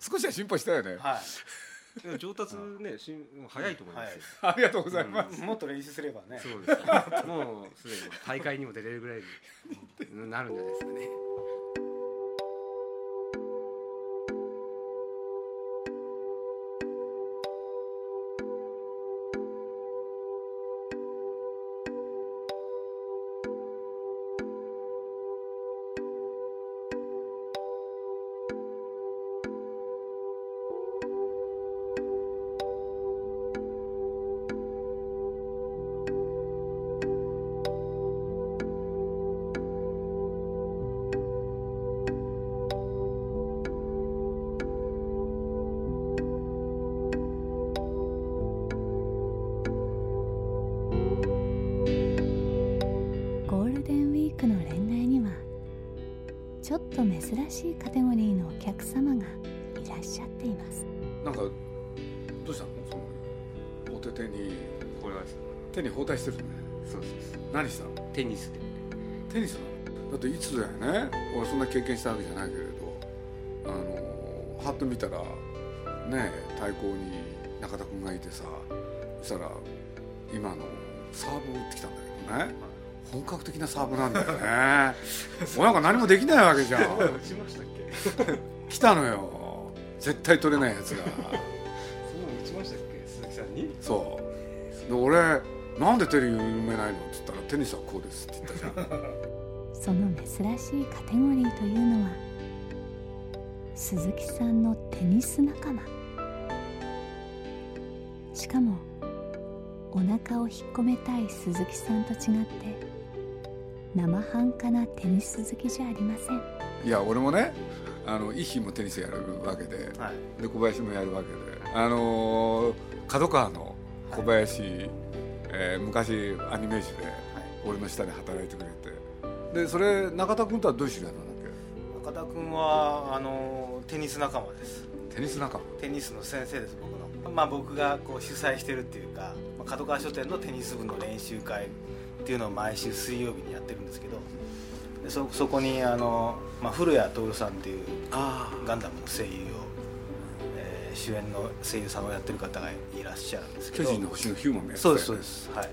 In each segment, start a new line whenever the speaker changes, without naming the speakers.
少しは進歩したよね、
はい
いや上達ね、しん早いと思いますよ。
ありがとうございます、
もっと練習すればね
そう です。もうすでに大会にも出れるぐらいになるんじゃないですかね。
ゴールデンウィークの恋愛にはちょっと珍しいカテゴリーのお客様がいらっしゃっています
なんかどうしたのそのお手手に
これはです
手に包帯してるね
そうそうそう。
何したの
テニスで。
テニスなのだっていつだよね俺そんな経験したわけじゃないけれどあのはっと見たらねえ対抗に中田君がいてさそしたら今のサーブを打ってきたんだけどね本格的なサーブなんだよね もうなんか何もできないわけじゃん
ちましたっけ？
来たのよ絶対取れないや つが
そんなの打ちましたっけ？鈴木さんに？
そうで俺なんでテレビ埋めないのって言ったらテニスはこうですって言ったじゃん
その珍しいカテゴリーというのは鈴木さんのテニス仲間しかもお腹を引っ込めたい鈴木さんと違って生半可なテニス好きじゃありません
いや俺もねあのイヒもテニスやるわけで
はい
で小林もやるわけであのー角川の小林、えー昔アニメージで俺の下で働いてくれてでそれ中田君とはどういう知り合いなんだっ
中田君はあのテニス仲間です
けテニス仲間
テニスの先生です僕のまあ僕がこう主催してるっていうか、まあ、角川書店のテニス部の練習会っていうのを毎週水曜日にやってるんですけどでそそこにあの、まあ、古谷徹さんっていう
あ
ガンダムの声優を、えー主演の声優さんをやってる方がいらっしゃるんですけ
巨
ど
人の星のヒューマンもやってた
そ
よ
うで
ね
すそうですはい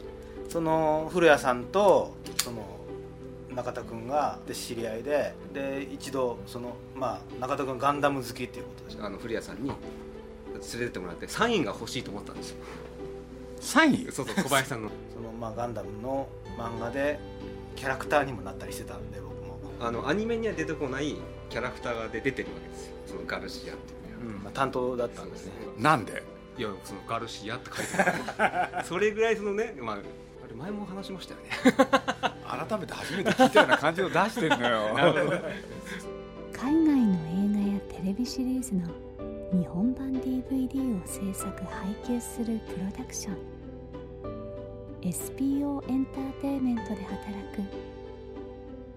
その古谷さんとその中田君がで知り合いでで一度そのまあ中田君ガンダム好きっていうことですね
あの古谷さんに連れてってもらってサインが欲しいと思ったんですよ。
サイン
そうそう小林さん の
そのまあガンダムの漫画でキャラクターにもなったりしてたんで僕も、
あのアニメには出てこないキャラクターが出てるわけですよ。そのガルシアっていうね。
まあ、担当だった
そ
ん
う
で
ですす
ね
ね。
なんで
いやそのガルシアって書いて あるそれぐらいそのねまああれ前も話しましたよね
改めて初めて聞いたような感じを出してるの よ
海外の映画やテレビシリーズの日本版 DVD を制作配給するプロダクション SPO エンターテイメントで働く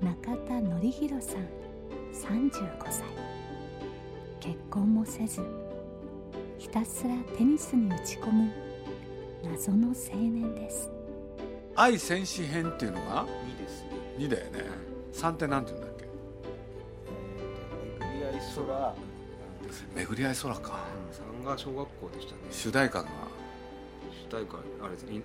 中田典弘さん35歳結婚もせずひたすらテニスに打ち込む謎の青年です
愛戦士編っていうのが
いいですね
2だよね3ってなんて言うんだっけ
巡り合い空
巡り合い空か
さんが小学校でしたね
主題歌が
主題歌あれですいい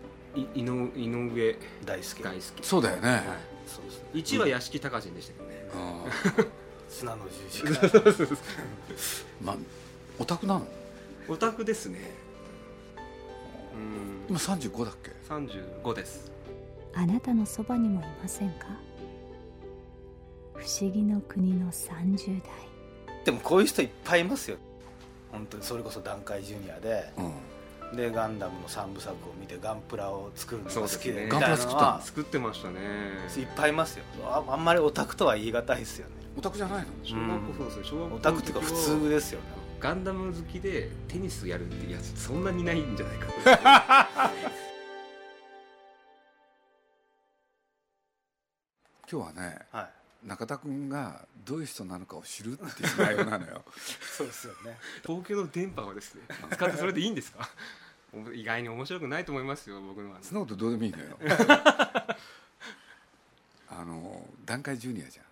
井上井上
大好き
大輔
そうだよね、
そうですね
1は屋敷隆人でしたけどね
砂の十字架
うんまあオタクなの
オタクですねうん
今35だっけ
35です
あなたのそばにもいませんか不思議の国の30代
でもこういう人いっぱいいますよ本当にそれこそ団塊ジュニアで
うん
でガンダムの3部作を見てガンプラを作るのが好き
そうです
で
ね
みたいなのは
作ってましたね
いっぱいいますよああんまりオタクとは言い難いですよね
オタクじゃないの
小学校そうですね小学校
オタクっていうか普通ですよね
ガンダム好きでテニスやるってやつそんなにいないんじゃない かと
今日はね
はい
中田君がどういう人なのかを知るっていう内容な のよ
そうですよね
東京の電波はですね使ってそれでいいんですか意外に面白くないと思いますよ僕のは、
そんなことどうでもいいのよあの段階ジュニアじゃ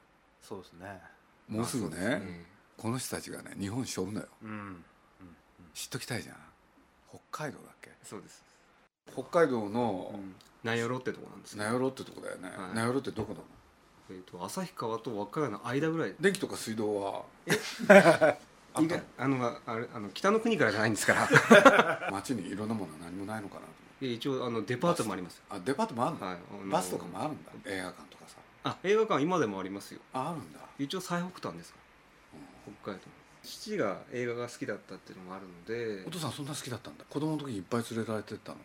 そうですね
んもうすぐね
まあそうですね
この人たちがね日本背負うのよ
うん
知っときたいじゃん北海道だっけ
そうです
北海道の
うん
名寄ってとこなんですね
名寄ってとこだよね、
はい
名寄ってどこなの
えっ、と旭川と和歌山の間ぐらい
電気とか水道 はあ
意外あのまあれあの北の国からじゃないんですから
街にいろんなものは何もないのかなと
いや一応あのデパートもありますよ
思ってあデパートもあるの、
はいあの
バスとかもあるんだ映画館とかさ
あ映画館は今でもありますよ
ああるんだ
一応最北端ですか北海道父が映画が好きだったっていうのもあるので
お父さんそんな好きだったんだ子供の時にいっぱい連れられてったの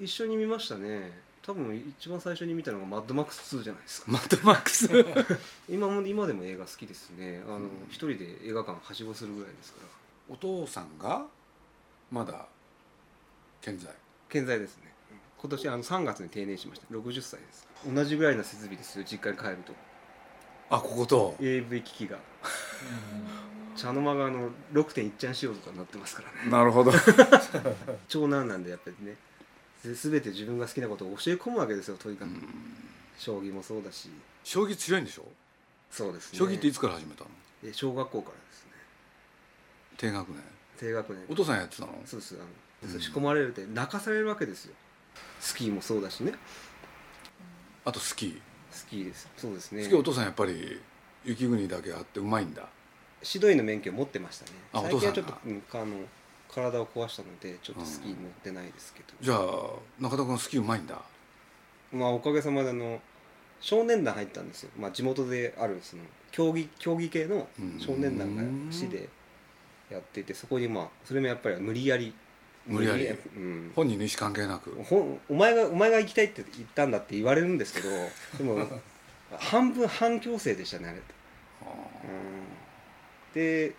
一緒に見ましたね多分一番最初に見たのがマッドマックス2じゃないで すか
マッドマックス
今も今でも映画好きですねあの、
うん
一人で映画館はしごするぐらいですから
お父さんがまだ健在
健在ですね今年あの3月に定年しました60歳です同じぐらいの設備ですよ実家に帰ると
あここと、
AV 機器が茶の間があの6.1ちゃん仕様とかになってますからね
なるほど
長男なんでやっぱりねぜ全て自分が好きなことを教え込むわけですよとにかく、将棋もそうだし
将棋強いんでしょ
そうですね
将棋っていつから始めたの
え小学校からですね
低学年
低学年
お父さんやってたの
そうですあ
うん
の、そう仕込まれるって泣かされるわけですよスキーもそうだしね
あとスキー
スキーですそうですね
スキーお父さんやっぱり雪国だけあってうまいんだ
指導員の免許持ってましたね
あ
最近は
お父
ちょっ
さん
と
が、
うんかあの体を壊したのでちょっとスキー乗ってないですけど、
じゃあ中田君スキーうまいんだ
まあおかげさまであの少年団入ったんですよ、まあ、地元であるその競技競技系の少年団が市でやっていてそこにまあそれもやっぱり無理やり
無理やり
うん
本人の意思関係なく
ほんお前がお前が行きたいって言ったんだって言われる んですけどでも半分半強制でしたねあれって
あ
うんで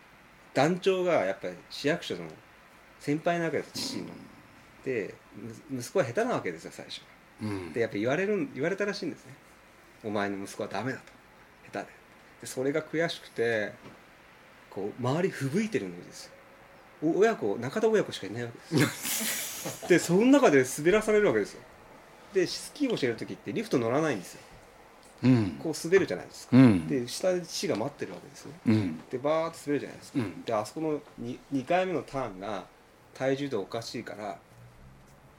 団長がやっぱり市役所の先輩なわけです父の、でむ息子は下手なわけですよ最初
ーうん
でやっぱ言われるん言われたらしいんですねお前の息子はダメだと下手ででそれが悔しくてこう周り吹雪いてるんですよお親子中田親子しかいないわけですよでその中で滑らされるわけですよでスキーをしてる時ってリフト乗らないんですよ
うん
こう滑るじゃないですか
うん
で下で父が待ってるわけですね
うん
でバーッと滑るじゃないですか、
うん
であそこの 2, 回目のターンが体重でおかしいから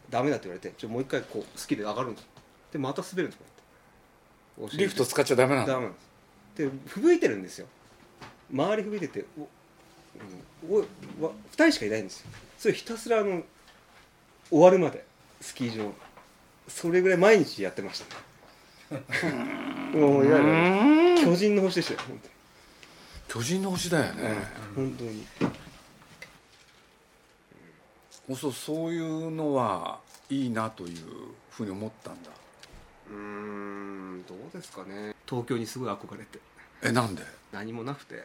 ダメだって言われてちょもう一回こうスキーで上がるんですでまた滑るんですこうやって
リフト使っちゃダメな
ダ
の
メなんですで吹雪いてるんですよ周り吹雪いててお、うん、おわ2人しかいないんですよそれひたすらあの終わるまでスキー場それぐらい毎日やってま したねもういわゆる巨人の星でしたよ本当に
巨人の星だよね、
本当に
そうそういうのはいいなというふうに思ったんだ
うーんどうですかね東京にすごい憧れて
えなんで
何もなくて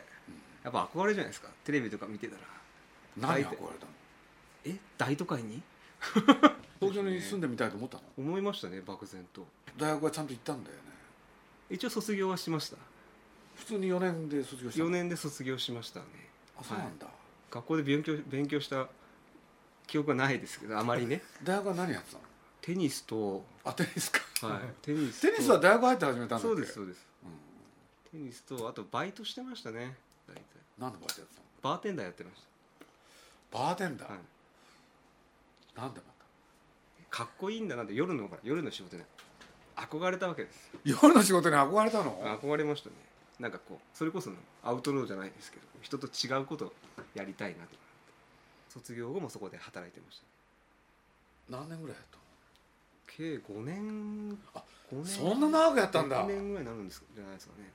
やっぱ憧れじゃないですかテレビとか見てたら
何に憧
大体
れたの
え大都会に
東京に住んでみたいと思ったの
思いましたね漠然と
大学はちゃんと行ったんだよね
一応卒業はしました
普通に4年で卒業したの
4年で卒業しましたね
あそうなんだ、
学校で勉強勉強した記憶はないですけどあま りね
大学は何やってたの
テニスと、
あテニスか、
はい、テニスと
テニスは大学入って始めたんだっけ
そうですそうです
うん
テニスとあとバイトしてましたね大体
何のバイトやってたの
バーテンダーやってまし
バーテンダ
た、
ー、
はい、
なんでまた
かっこいいんだなって夜のほら夜の仕事ね憧れたわけです
夜の仕事に憧れたの
憧れましたねなんかこうそれこそアウトローじゃないですけど人と違うことをやりたいなと思って卒業後もそこで働いてました
何年ぐらいやったの
計5年
あ
5年
そんな長くやったんだ
6年ぐらいになるんですじゃないですかね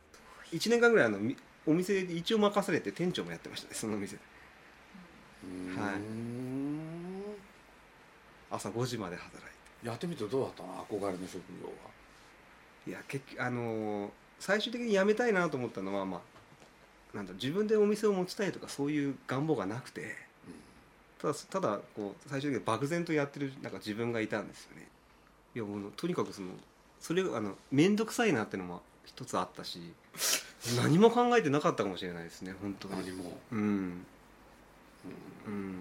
1年間ぐらいあのみお店で一応任されて店長もやってましたねそのお店で
うーん
はい朝5時まで働い
やってみてどうだったの憧れの職業は
ていや結局あのー最終的に辞めたいなと思ったのはまあなんだろう自分でお店を持ちたいとかそういう願望がなくてただただこう最終的に漠然とやってるなんか自分がいたんですよねいやもうとにかくそのそれがあの面倒くさいなってのも一つあったし何も考えてなかったかもしれないですね本当
うん何
に
も
うんうん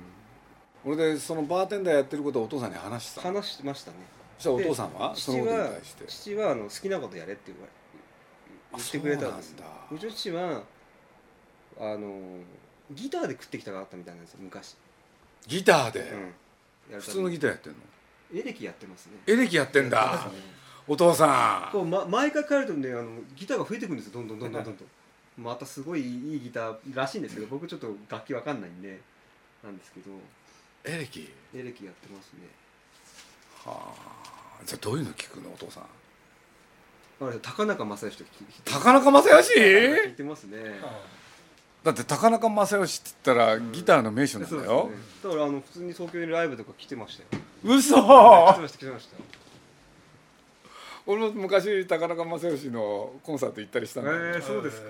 俺でそのバーテンダーやってることをお父さんに話したの
話してましたね
そしたらお父さんはそ
父
のことに
は
対して
父はあの好きなことやれって言われ
あ
言ってくれたんです
そう
うちの父はあのギターで食ってきたかったみたいなんですよ昔、
ギターで、
うん、
普通のギターやってんの
ターエレキやってますね
エレキやってん
やって
だ
ますね
お父さ
こう、ま、毎回帰るとねあのギターが増えてくるんですよどんどんどんどんどんどんまたすごいいいギターらしいんですけど僕ちょっと楽器わかんないんでなんですけど
んエレキ
エレキやってますね
はあじゃあどういうの聞くのお父さん
あれ高中正義と聞いて
高中正義
聞いてますね
だって高中正義って言ったらギターの名手なん
そう
だ
です
よ
ね、だからあの普通に東京にライブとか来てましたよ
嘘
来てました来てました
俺も昔高中正義のコンサート行ったりしたんだよ、
えー、そうですか。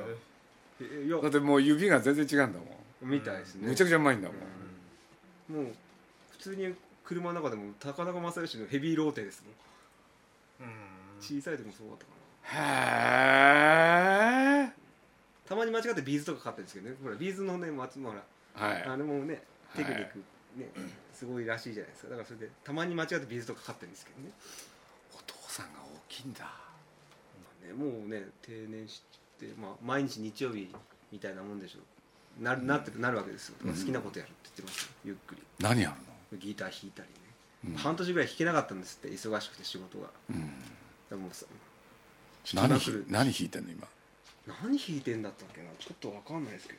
えいや
だってもう指が全然違うんだもん、
みたいですね。
むちゃくちゃうまいんだもん、
もう普通に車の中でも高中正義のヘビーローテですもん。小さい時もそうだったかな。
へえ
たまに間違ってビーズとか買ってるんですけどね。ほらビーズのね松村、
はい
あれもね
はい
テクニックね、すごいらしいじゃないですか。だからそれでたまに間違ってビーズとか買ってるんですけどね。
お父さんが大きいんだ
ねもうね定年してまあ毎日日曜日みたいなもんでしょう。なるなってなるわけですよ。
うん
好きなことやるって言ってますよ。ゆっくり
何や
ギター弾いたりね。
るの、
半年ぐらい弾けなかったんですって忙しくて仕事が。
うんうん
でもさ
何
弾
ひ
きまくる
何弾いてんの今
何弾いてんだったっけなちょっとわかんないですけ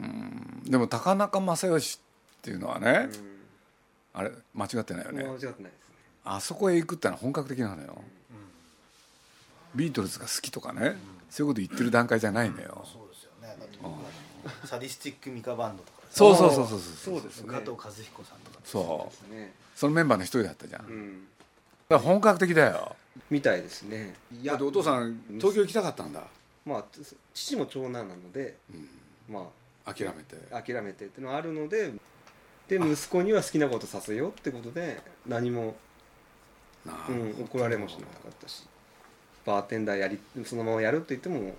どね
うんでも高中正義っていうのはね、
う
あれ間違ってないよ
ん、
ね、
もう間違ってないですね
あそこへ行くってのは本格的なのよ、ビートルズが好きとかね、そういうこと言ってる段階じゃないのよ、
そうですよねだって僕はサディスティックミカバンドとか
そうそうそうそう
そうですね
加藤和彦さんとか
そ
ですね
うそのメンバーの一人だったじゃん、
う
だか
ん
ら本格的だよ
みたいですねい
だってお父さん東京行きたかったんだ、
まあ父も長男なので
うん、
ま
諦めて
あ諦めてっていうのはあるのでで息子には好きなことさせようってことで何も、
なあ
うん、怒られもしなかったしバーテンダーやりそのままやるって言っても、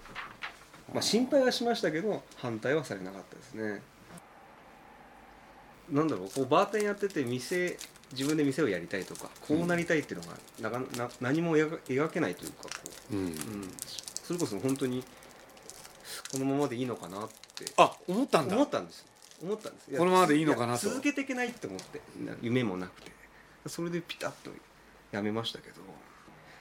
まあ、心配はしましたけど反対はされなかったですねなんだろうこうバーテンやってて店自分で店をやりたいとかこうなりたいっていうのがなかな何も描け描けないというかこ
うん
う、うん、それこそ本当にこのままでいいのかなって
あ思ったんだ
思ったんですよ思ったんですや
このままでいいのかなと
や続けていけないって思って
うん
夢もなくてそれでピタッとやめましたけど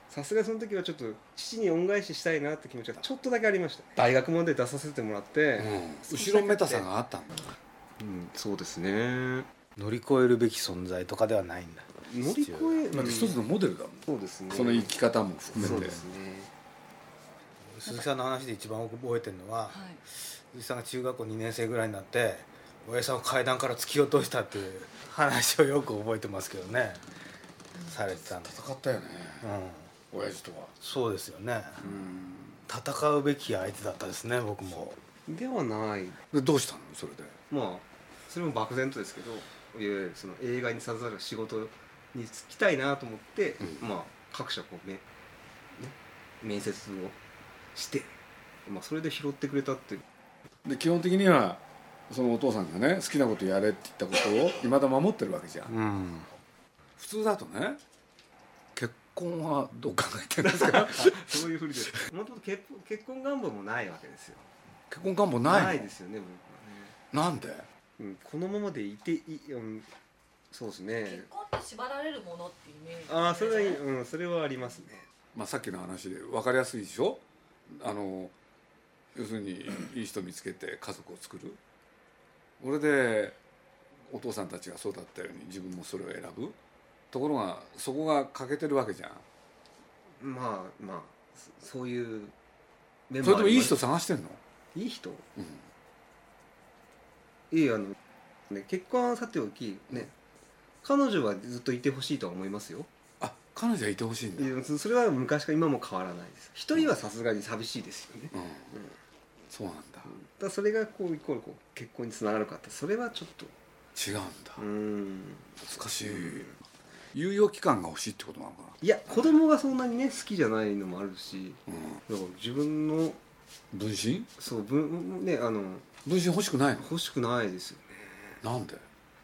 さすがにその時はちょっと父に恩返ししたいなって気持ちがちょっとだけありました大学まで出させてもらって
う、ん後ろめたさがあったんだ
うんそうですね
乗り越えるべき存在とかではないんだ
乗り越え
だって一つのモデルだもん、
そうですね
その生き方も含めて
そうですね
鈴木さんの話で一番覚えてるのは、鈴木さんが中学校2年生ぐらいになって親父さんを階段から突き落としたっていう話をよく覚えてますけどねされてたんです、
戦ったよね
うん、
親父とは
そうですよね
うん
戦うべき相手だったですね僕も
ではない
でどうしたのそれで
まあそれも漠然とですけどいわゆるその映画に携わる仕事に就きたいなと思って、
うん
まあ各社こうめ、ね、面接をして、まあ、それで拾ってくれた っていう
で基本的にはそのお父さんがね好きなことやれって言ったことをいまだ守ってるわけじゃん
うん
普通だとね結婚はどう考えてるん ですか
そういうふうにもともと結婚結婚願望もないわけですよ
結婚願望ないの
ですよね僕は
なんで
ね、うん、このままでいてい、うん、そうですね
結婚って縛られるものっていうイメージ
ああそれはいい、うん、それはありますね
まあ、さっきの話で分かりやすいでしょあの要するにいい人見つけて家族を作るこれでお父さんたちがそうだったように自分もそれを選ぶところがそこが欠けてるわけじゃん
まあまあそそういうメ
それともいい人
も
探してんの、
いい人
うん
いいあの、ね、結婚はさておき、ね、彼女はずっといてほしいとは思いますよ
あ彼女はいてほしいんだ
いやそそれは昔から今も変わらないです一人はさすがに寂しいですよね
うん、そうなんだ
うんただそれがこうイコールこう結婚につながるかってそれはちょっと
違うんだ
うーん
難しい猶予期間が欲しいってことなのか
いや子供がそんなにね好きじゃないのもあるし
な、
だから自分の
うん、分身
そう分ねあの
分身欲しくない
欲しくないですよね
のなんで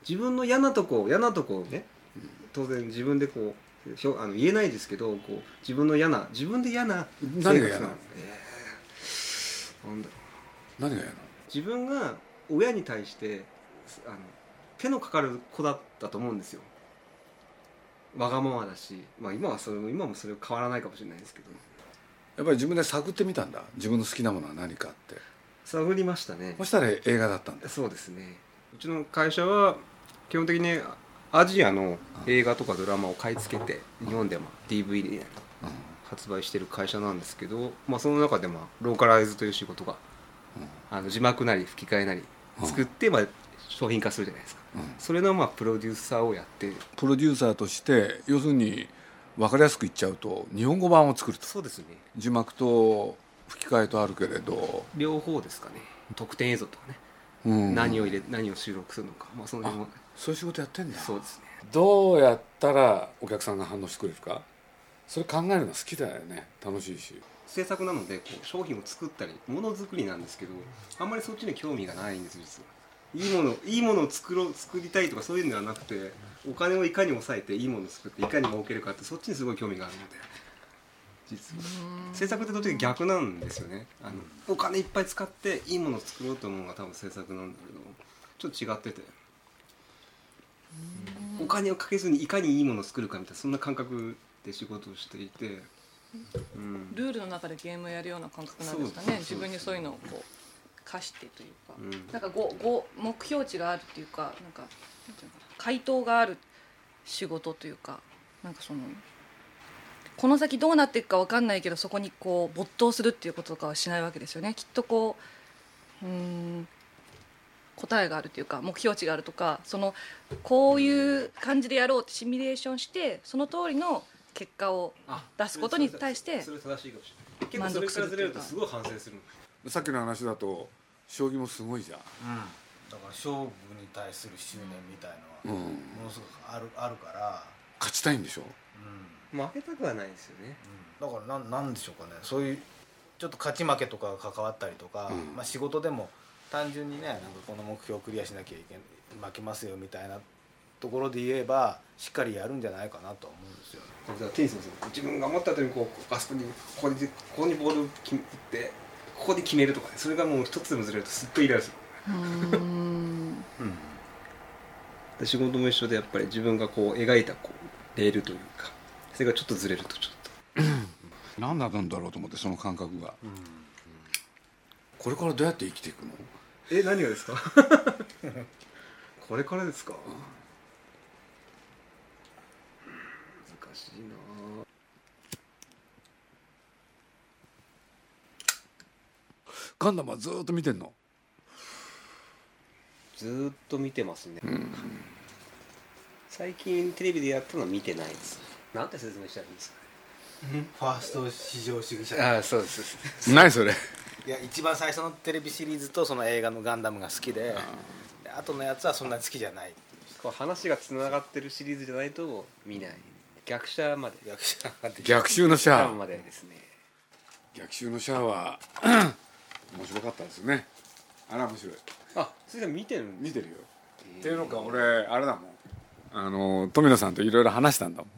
自分の嫌なとこ嫌なとこをね
うん
当然自分でこうひょあの言えないですけどこう自分の嫌な自分で嫌な
何が嫌なの
のえーなんだろ
何
う
が嫌なの
自分が親に対してあの手のかかる子だったと思うんですよわがままだし、まあ、今はそれも今もそれは変わらないかもしれないですけど
やっぱり自分で探ってみたんだ自分の好きなものは何かって
探りましたね
そしたら映画だったんだ
そうですねうちの会社は基本的にアジアの映画とかドラマを買い付けて日本でも DVD で
うん
発売してる会社なんですけど、まあ、その中でもローカライズという仕事があの字幕なり吹き替えなり
うん
作って、まあ、商品化するじゃないですか
うん
それのまあプロデューサーをやって
プロデューサーとして要するに分かりやすく言っちゃうと日本語版を作ると
そうですね
字幕と吹き替えとあるけれど、
両方ですかね特典映像とかね、
うん
何を入れ何を収録するのか、まあ、その辺も
そういう仕事やってんだ
そうですね
どうやったらお客さんが反応してくれるかそれ考えるの好きだよね楽しいし
制作なのでこう商品を作ったりものづくりなんですけどあんまりそっちに興味がないんです実はいいものいいものを作ろう作りたいとかそういうのではなくてお金をいかに抑えていいものを作っていかに儲けるかってそっちにすごい興味があるので実は制作ってどっちか逆なんですよねあのお金いっぱい使っていいものを作ろうと思うのが多分制作なんだけどちょっと違っててお金をかけずにいかにいいものを作るかみたいなそんな感覚で仕事をしていて、うん、
ルールの中でゲームをやるような感覚なんですかね
そうそうそう
自分にそういうのをこう課してというか、
うん
なんかごご目標値があるというかなんかなんていうのかな回答がある仕事というかなんかそのこの先どうなっていくかわかんないけどそこにこう没頭するっていうこととかはしないわけですよねきっとこううーん答えがあるというか目標値があるとかそのこういう感じでやろうってシミュレーションしてその通りの結果を出すことに対して
それ正しいかもしれない結構
満
それか
足す
ら
る
ず
と
れ
い
る
う
と
か
すごい反省するの
さっきの話だと将棋もすごいじゃん
だから勝負に対する執念みたいのは
うん
ものすごくあるあるから、
勝ちたいんでしょ
う
負けたくはないですよね
んうん、だからなんなんでしょうかねそういうちょっと勝ち負けとかが関わったりとか、
うん
まあ、仕事でも単純にねなんかこの目標をクリアしなきゃいけない負けますよみたいなところで言えばしっかりやるんじゃないかなとは思うんですよね。
テニスもそう自分が思った後にこうあそこにここにここにボールを決め打ってここで決めるとかねそれがもう一つでもずれるとすっごいイライラする
うーん
で仕事も一緒でやっぱり自分がこう描いたこうレールというかそれがちょっとずれるとちょっと
何なんだろうと思ってその感覚が、これからどうやって生きていくの
え何がです かこれからですか難しいなあ
ガンダムはずーっと見てんの
ずーっと見てますね
うん
最近テレビでやったのは見てないですなんて説明したらいいんですか
ファースト市場主義者
ああそうです
何それ
いや一番最初のテレビシリーズとその映画の「ガンダム」が好きでで後のやつはそんなに好きじゃない
こう話がつながってるシリーズじゃないと見ない逆者まで
役者がで
逆襲のシャ
逆
ア
までですね
逆襲のシャアは 面白かったですねあれは面白い
あそれで見てるんで
見
す
てるよ
えー
っていうのか俺あれだもんあの富野さんといろいろ話したんだもん、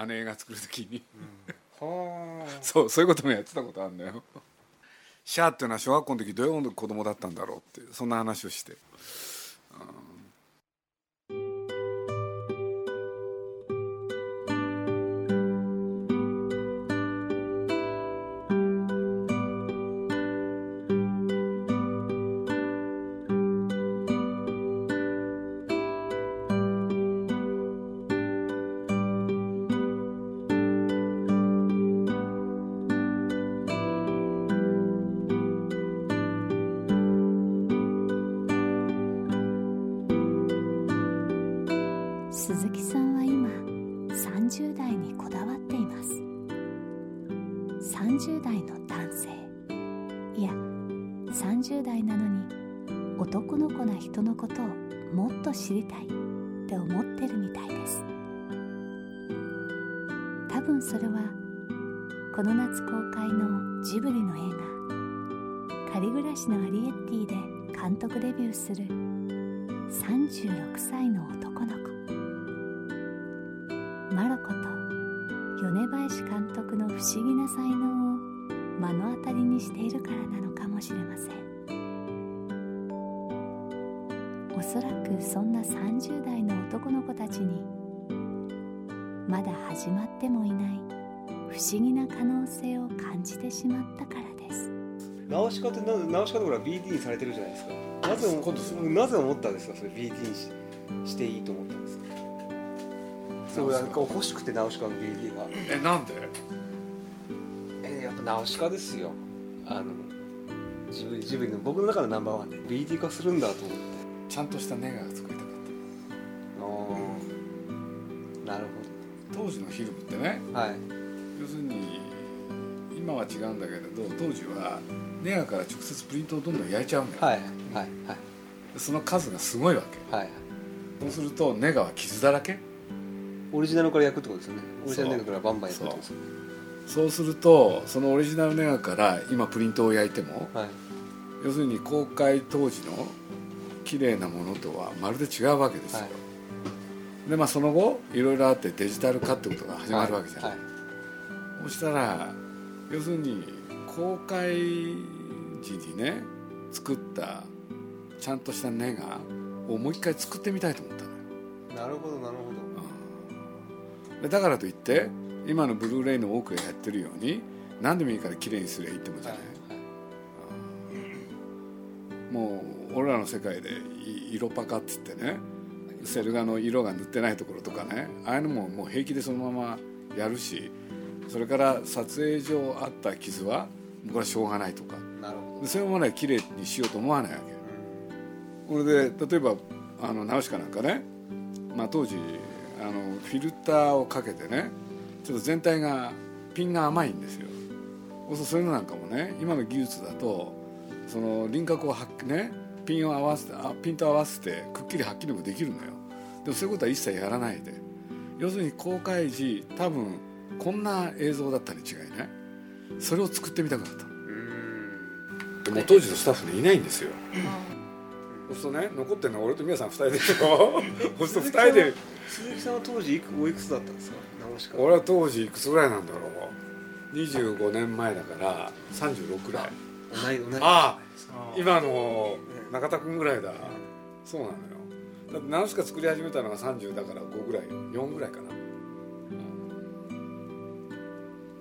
あの映画作る時に、
はあ
そうそういうこともやってたことあるんだよシャアっていうのは小学校の時どういう子供だったんだろうってそんな話をして
「
30代なのに男の子な人のことをもっと知りたいって思ってるみたいです多分それはこの夏公開のジブリの映画「仮暮らしのアリエッティ」で監督デビューする36歳の男の子マロこと米林監督の不思議な才能を目の当たりにしているからなのかもしれませんおそらくそんな30代の男の子たちにまだ始まってもいない不思議な可能性を感じてしまったからです
直し方ってな直し方ほら BD にされてるじゃないですかなぜ
今度す
なぜ思ったんですかそれ BD にししていいと思ったんですかそうなんか欲しくて直し方の BD が
えなんで
えーやっぱ直し方ですよあのジブリジブリの僕の中のナンバーワンで BD 化するんだと思って
ちゃんとしたネガが作りたかっ
ああなる
た当時のフィルムってね
ほどはい
要するに今は違うんだけれど当時はネガから直接プリントをどんどん焼いちゃうんだよ、
はいはいはい
その数がすごいわけ
はい
そうするとネガは傷だらけ
オリジナルから焼くってことですよねオリジナルの中からバンバン焼くってことですよね
そうするとそのオリジナルネガから今プリントを焼いても
はい
要するに公開当時の綺麗なものとはまるで違うわけですよ、
は
でまあその後いろいろあってデジタル化ってことが始まるわけじゃない、
はい
そしたら要するに公開時にね作ったちゃんとしたネガをもう一回作ってみたいと思ったのよ、
なるほどなるほ
うんでだからといって今のブルーレイの多くがやってるように何でもいいから綺麗にすりゃいいってもんじ
ど
ゃ
は
ない
い、
もう俺らの世界でい色パカっつってねセル画の色が塗ってないところとかねああいうのももう平気でそのままやるしそれから撮影上あった傷は僕はしょうがないとか
なるほ
でそれもね綺麗にしようと思わないわけこれで例えばあのナウシカなんかね、まあ、当時あのフィルターをかけてねちょっと全体がピンが甘いんですよそうするとそういうのなんかもね今の技術だとその輪郭をはっねピンを合わせてあピンと合わせてくっきりはっきりもできるのよでもそういうことは一切やらないで要するに公開時多分こんな映像だったに違いないそれを作ってみたかった
どうん
でも当時のスタッフねいないんですよそうするとね残ってるのは俺と宮さん2人でしょそうすると2人で
鈴木さんは当時いくおいくつだったんですか直し方
俺は当時いくつぐらいなんだろう25年前だから36くらい
同い同
あ
い
あ
あー
今の
うん
中田君ぐらいだそうなのよだってナウシカ作り始めたのが30だから5ぐらい4ぐらいかな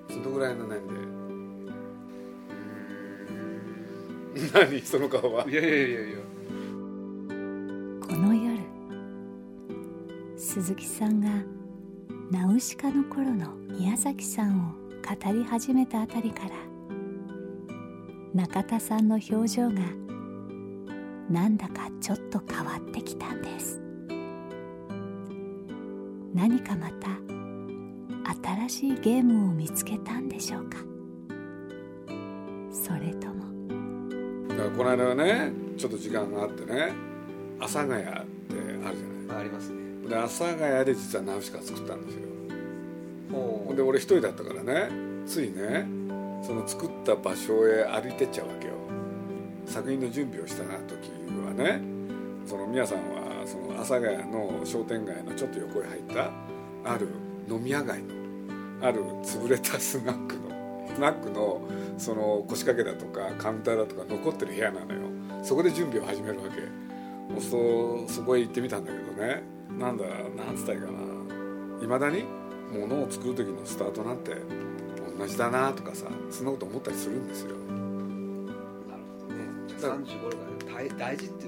そのぐらいの年齢何その顔はい
やいやいやいや
この夜鈴木さんがナウシカの頃の宮崎さんを語り始めたあたりから中田さんの表情がなんだかちょっと変わってきたんです何かまた新しいゲームを見つけたんでしょうかそれとも
だからこの間はねちょっと時間があってね阿佐ヶ谷ってあるじゃない
ありますね
で阿佐ヶ谷で実はナウシカ作ったんですよ
ほ
で俺一人だったからねついねその作った場所へ歩いてっちゃうわけよ作品の準備をした時はねその皆さんはその阿佐ヶ谷の商店街のちょっと横へ入ったある飲み屋街のある潰れたスナックのスナックのその腰掛けだとかカウンターだとか残ってる部屋なのよそこで準備を始めるわけそうそこへ行ってみたんだけどねなんだなんつったらいいかないまだにものを作る時のスタートなんて同じだなとかさそんなこと思ったりするんですよ
なるほどねじゃあ35とか大大事って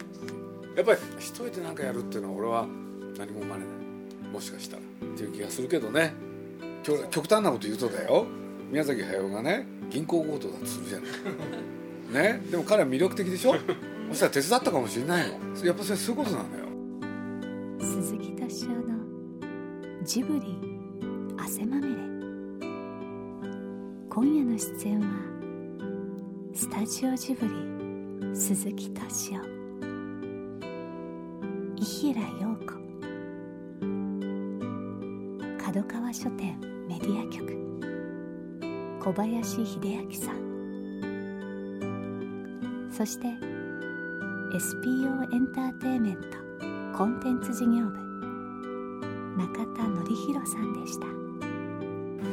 やっぱり一人で何かやるっていうのは俺は何も生まれないもしかしたらっていう気がするけどね極極端なこと言うとだよ宮崎駿がね銀行強盗だとするじゃ ないねでも彼は魅力的でしょそしたら手伝ったかもしれないのやっぱそれそういうことなのよ
鈴木敏夫のジブリ汗まみれ今夜の出演はスタジオジブリ鈴木敏夫伊平陽子角川書店メディア局小林秀明さんそして SPO エンターテインメントコンテンツ事業部中田典弘さんでした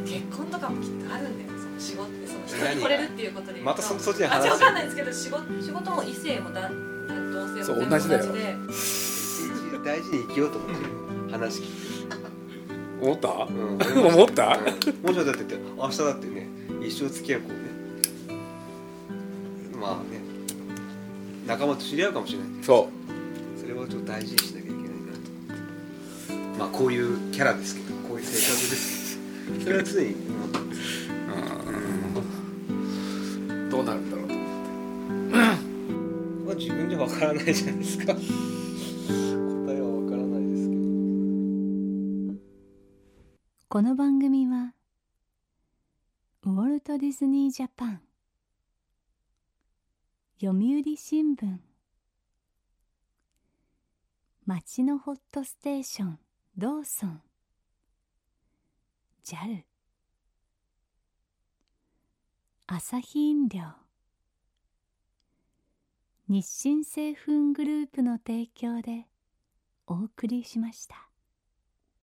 結婚とかもきっとあるんだよその仕事その人
何
に
が
惚れるっていうことで言うと
またそそっちに
あ
話
違うわ
して
かんないですけど仕事仕事も異性もだ同性も
そう
全部
同じだよ
で
大事に生きようと思ってる話聞いて
思った
う
思
ん
った
うんもしだってって明日だってね一生付き合う子ねまあね仲間と知り合うかもしれない
そ
それはちょっと大事にしなきゃいけないなとまあこういうキャラですけどこういう性格ですけどそれは常に思ってます
うどうなるんだろう
まあ自分じゃわからないじゃないですか答えはわからないですけど
この番組はウォルト・ディズニー・ジャパン読売新聞町のホットステーションローソン JAL 朝日飲料日清製粉グループの提供でお送りしました。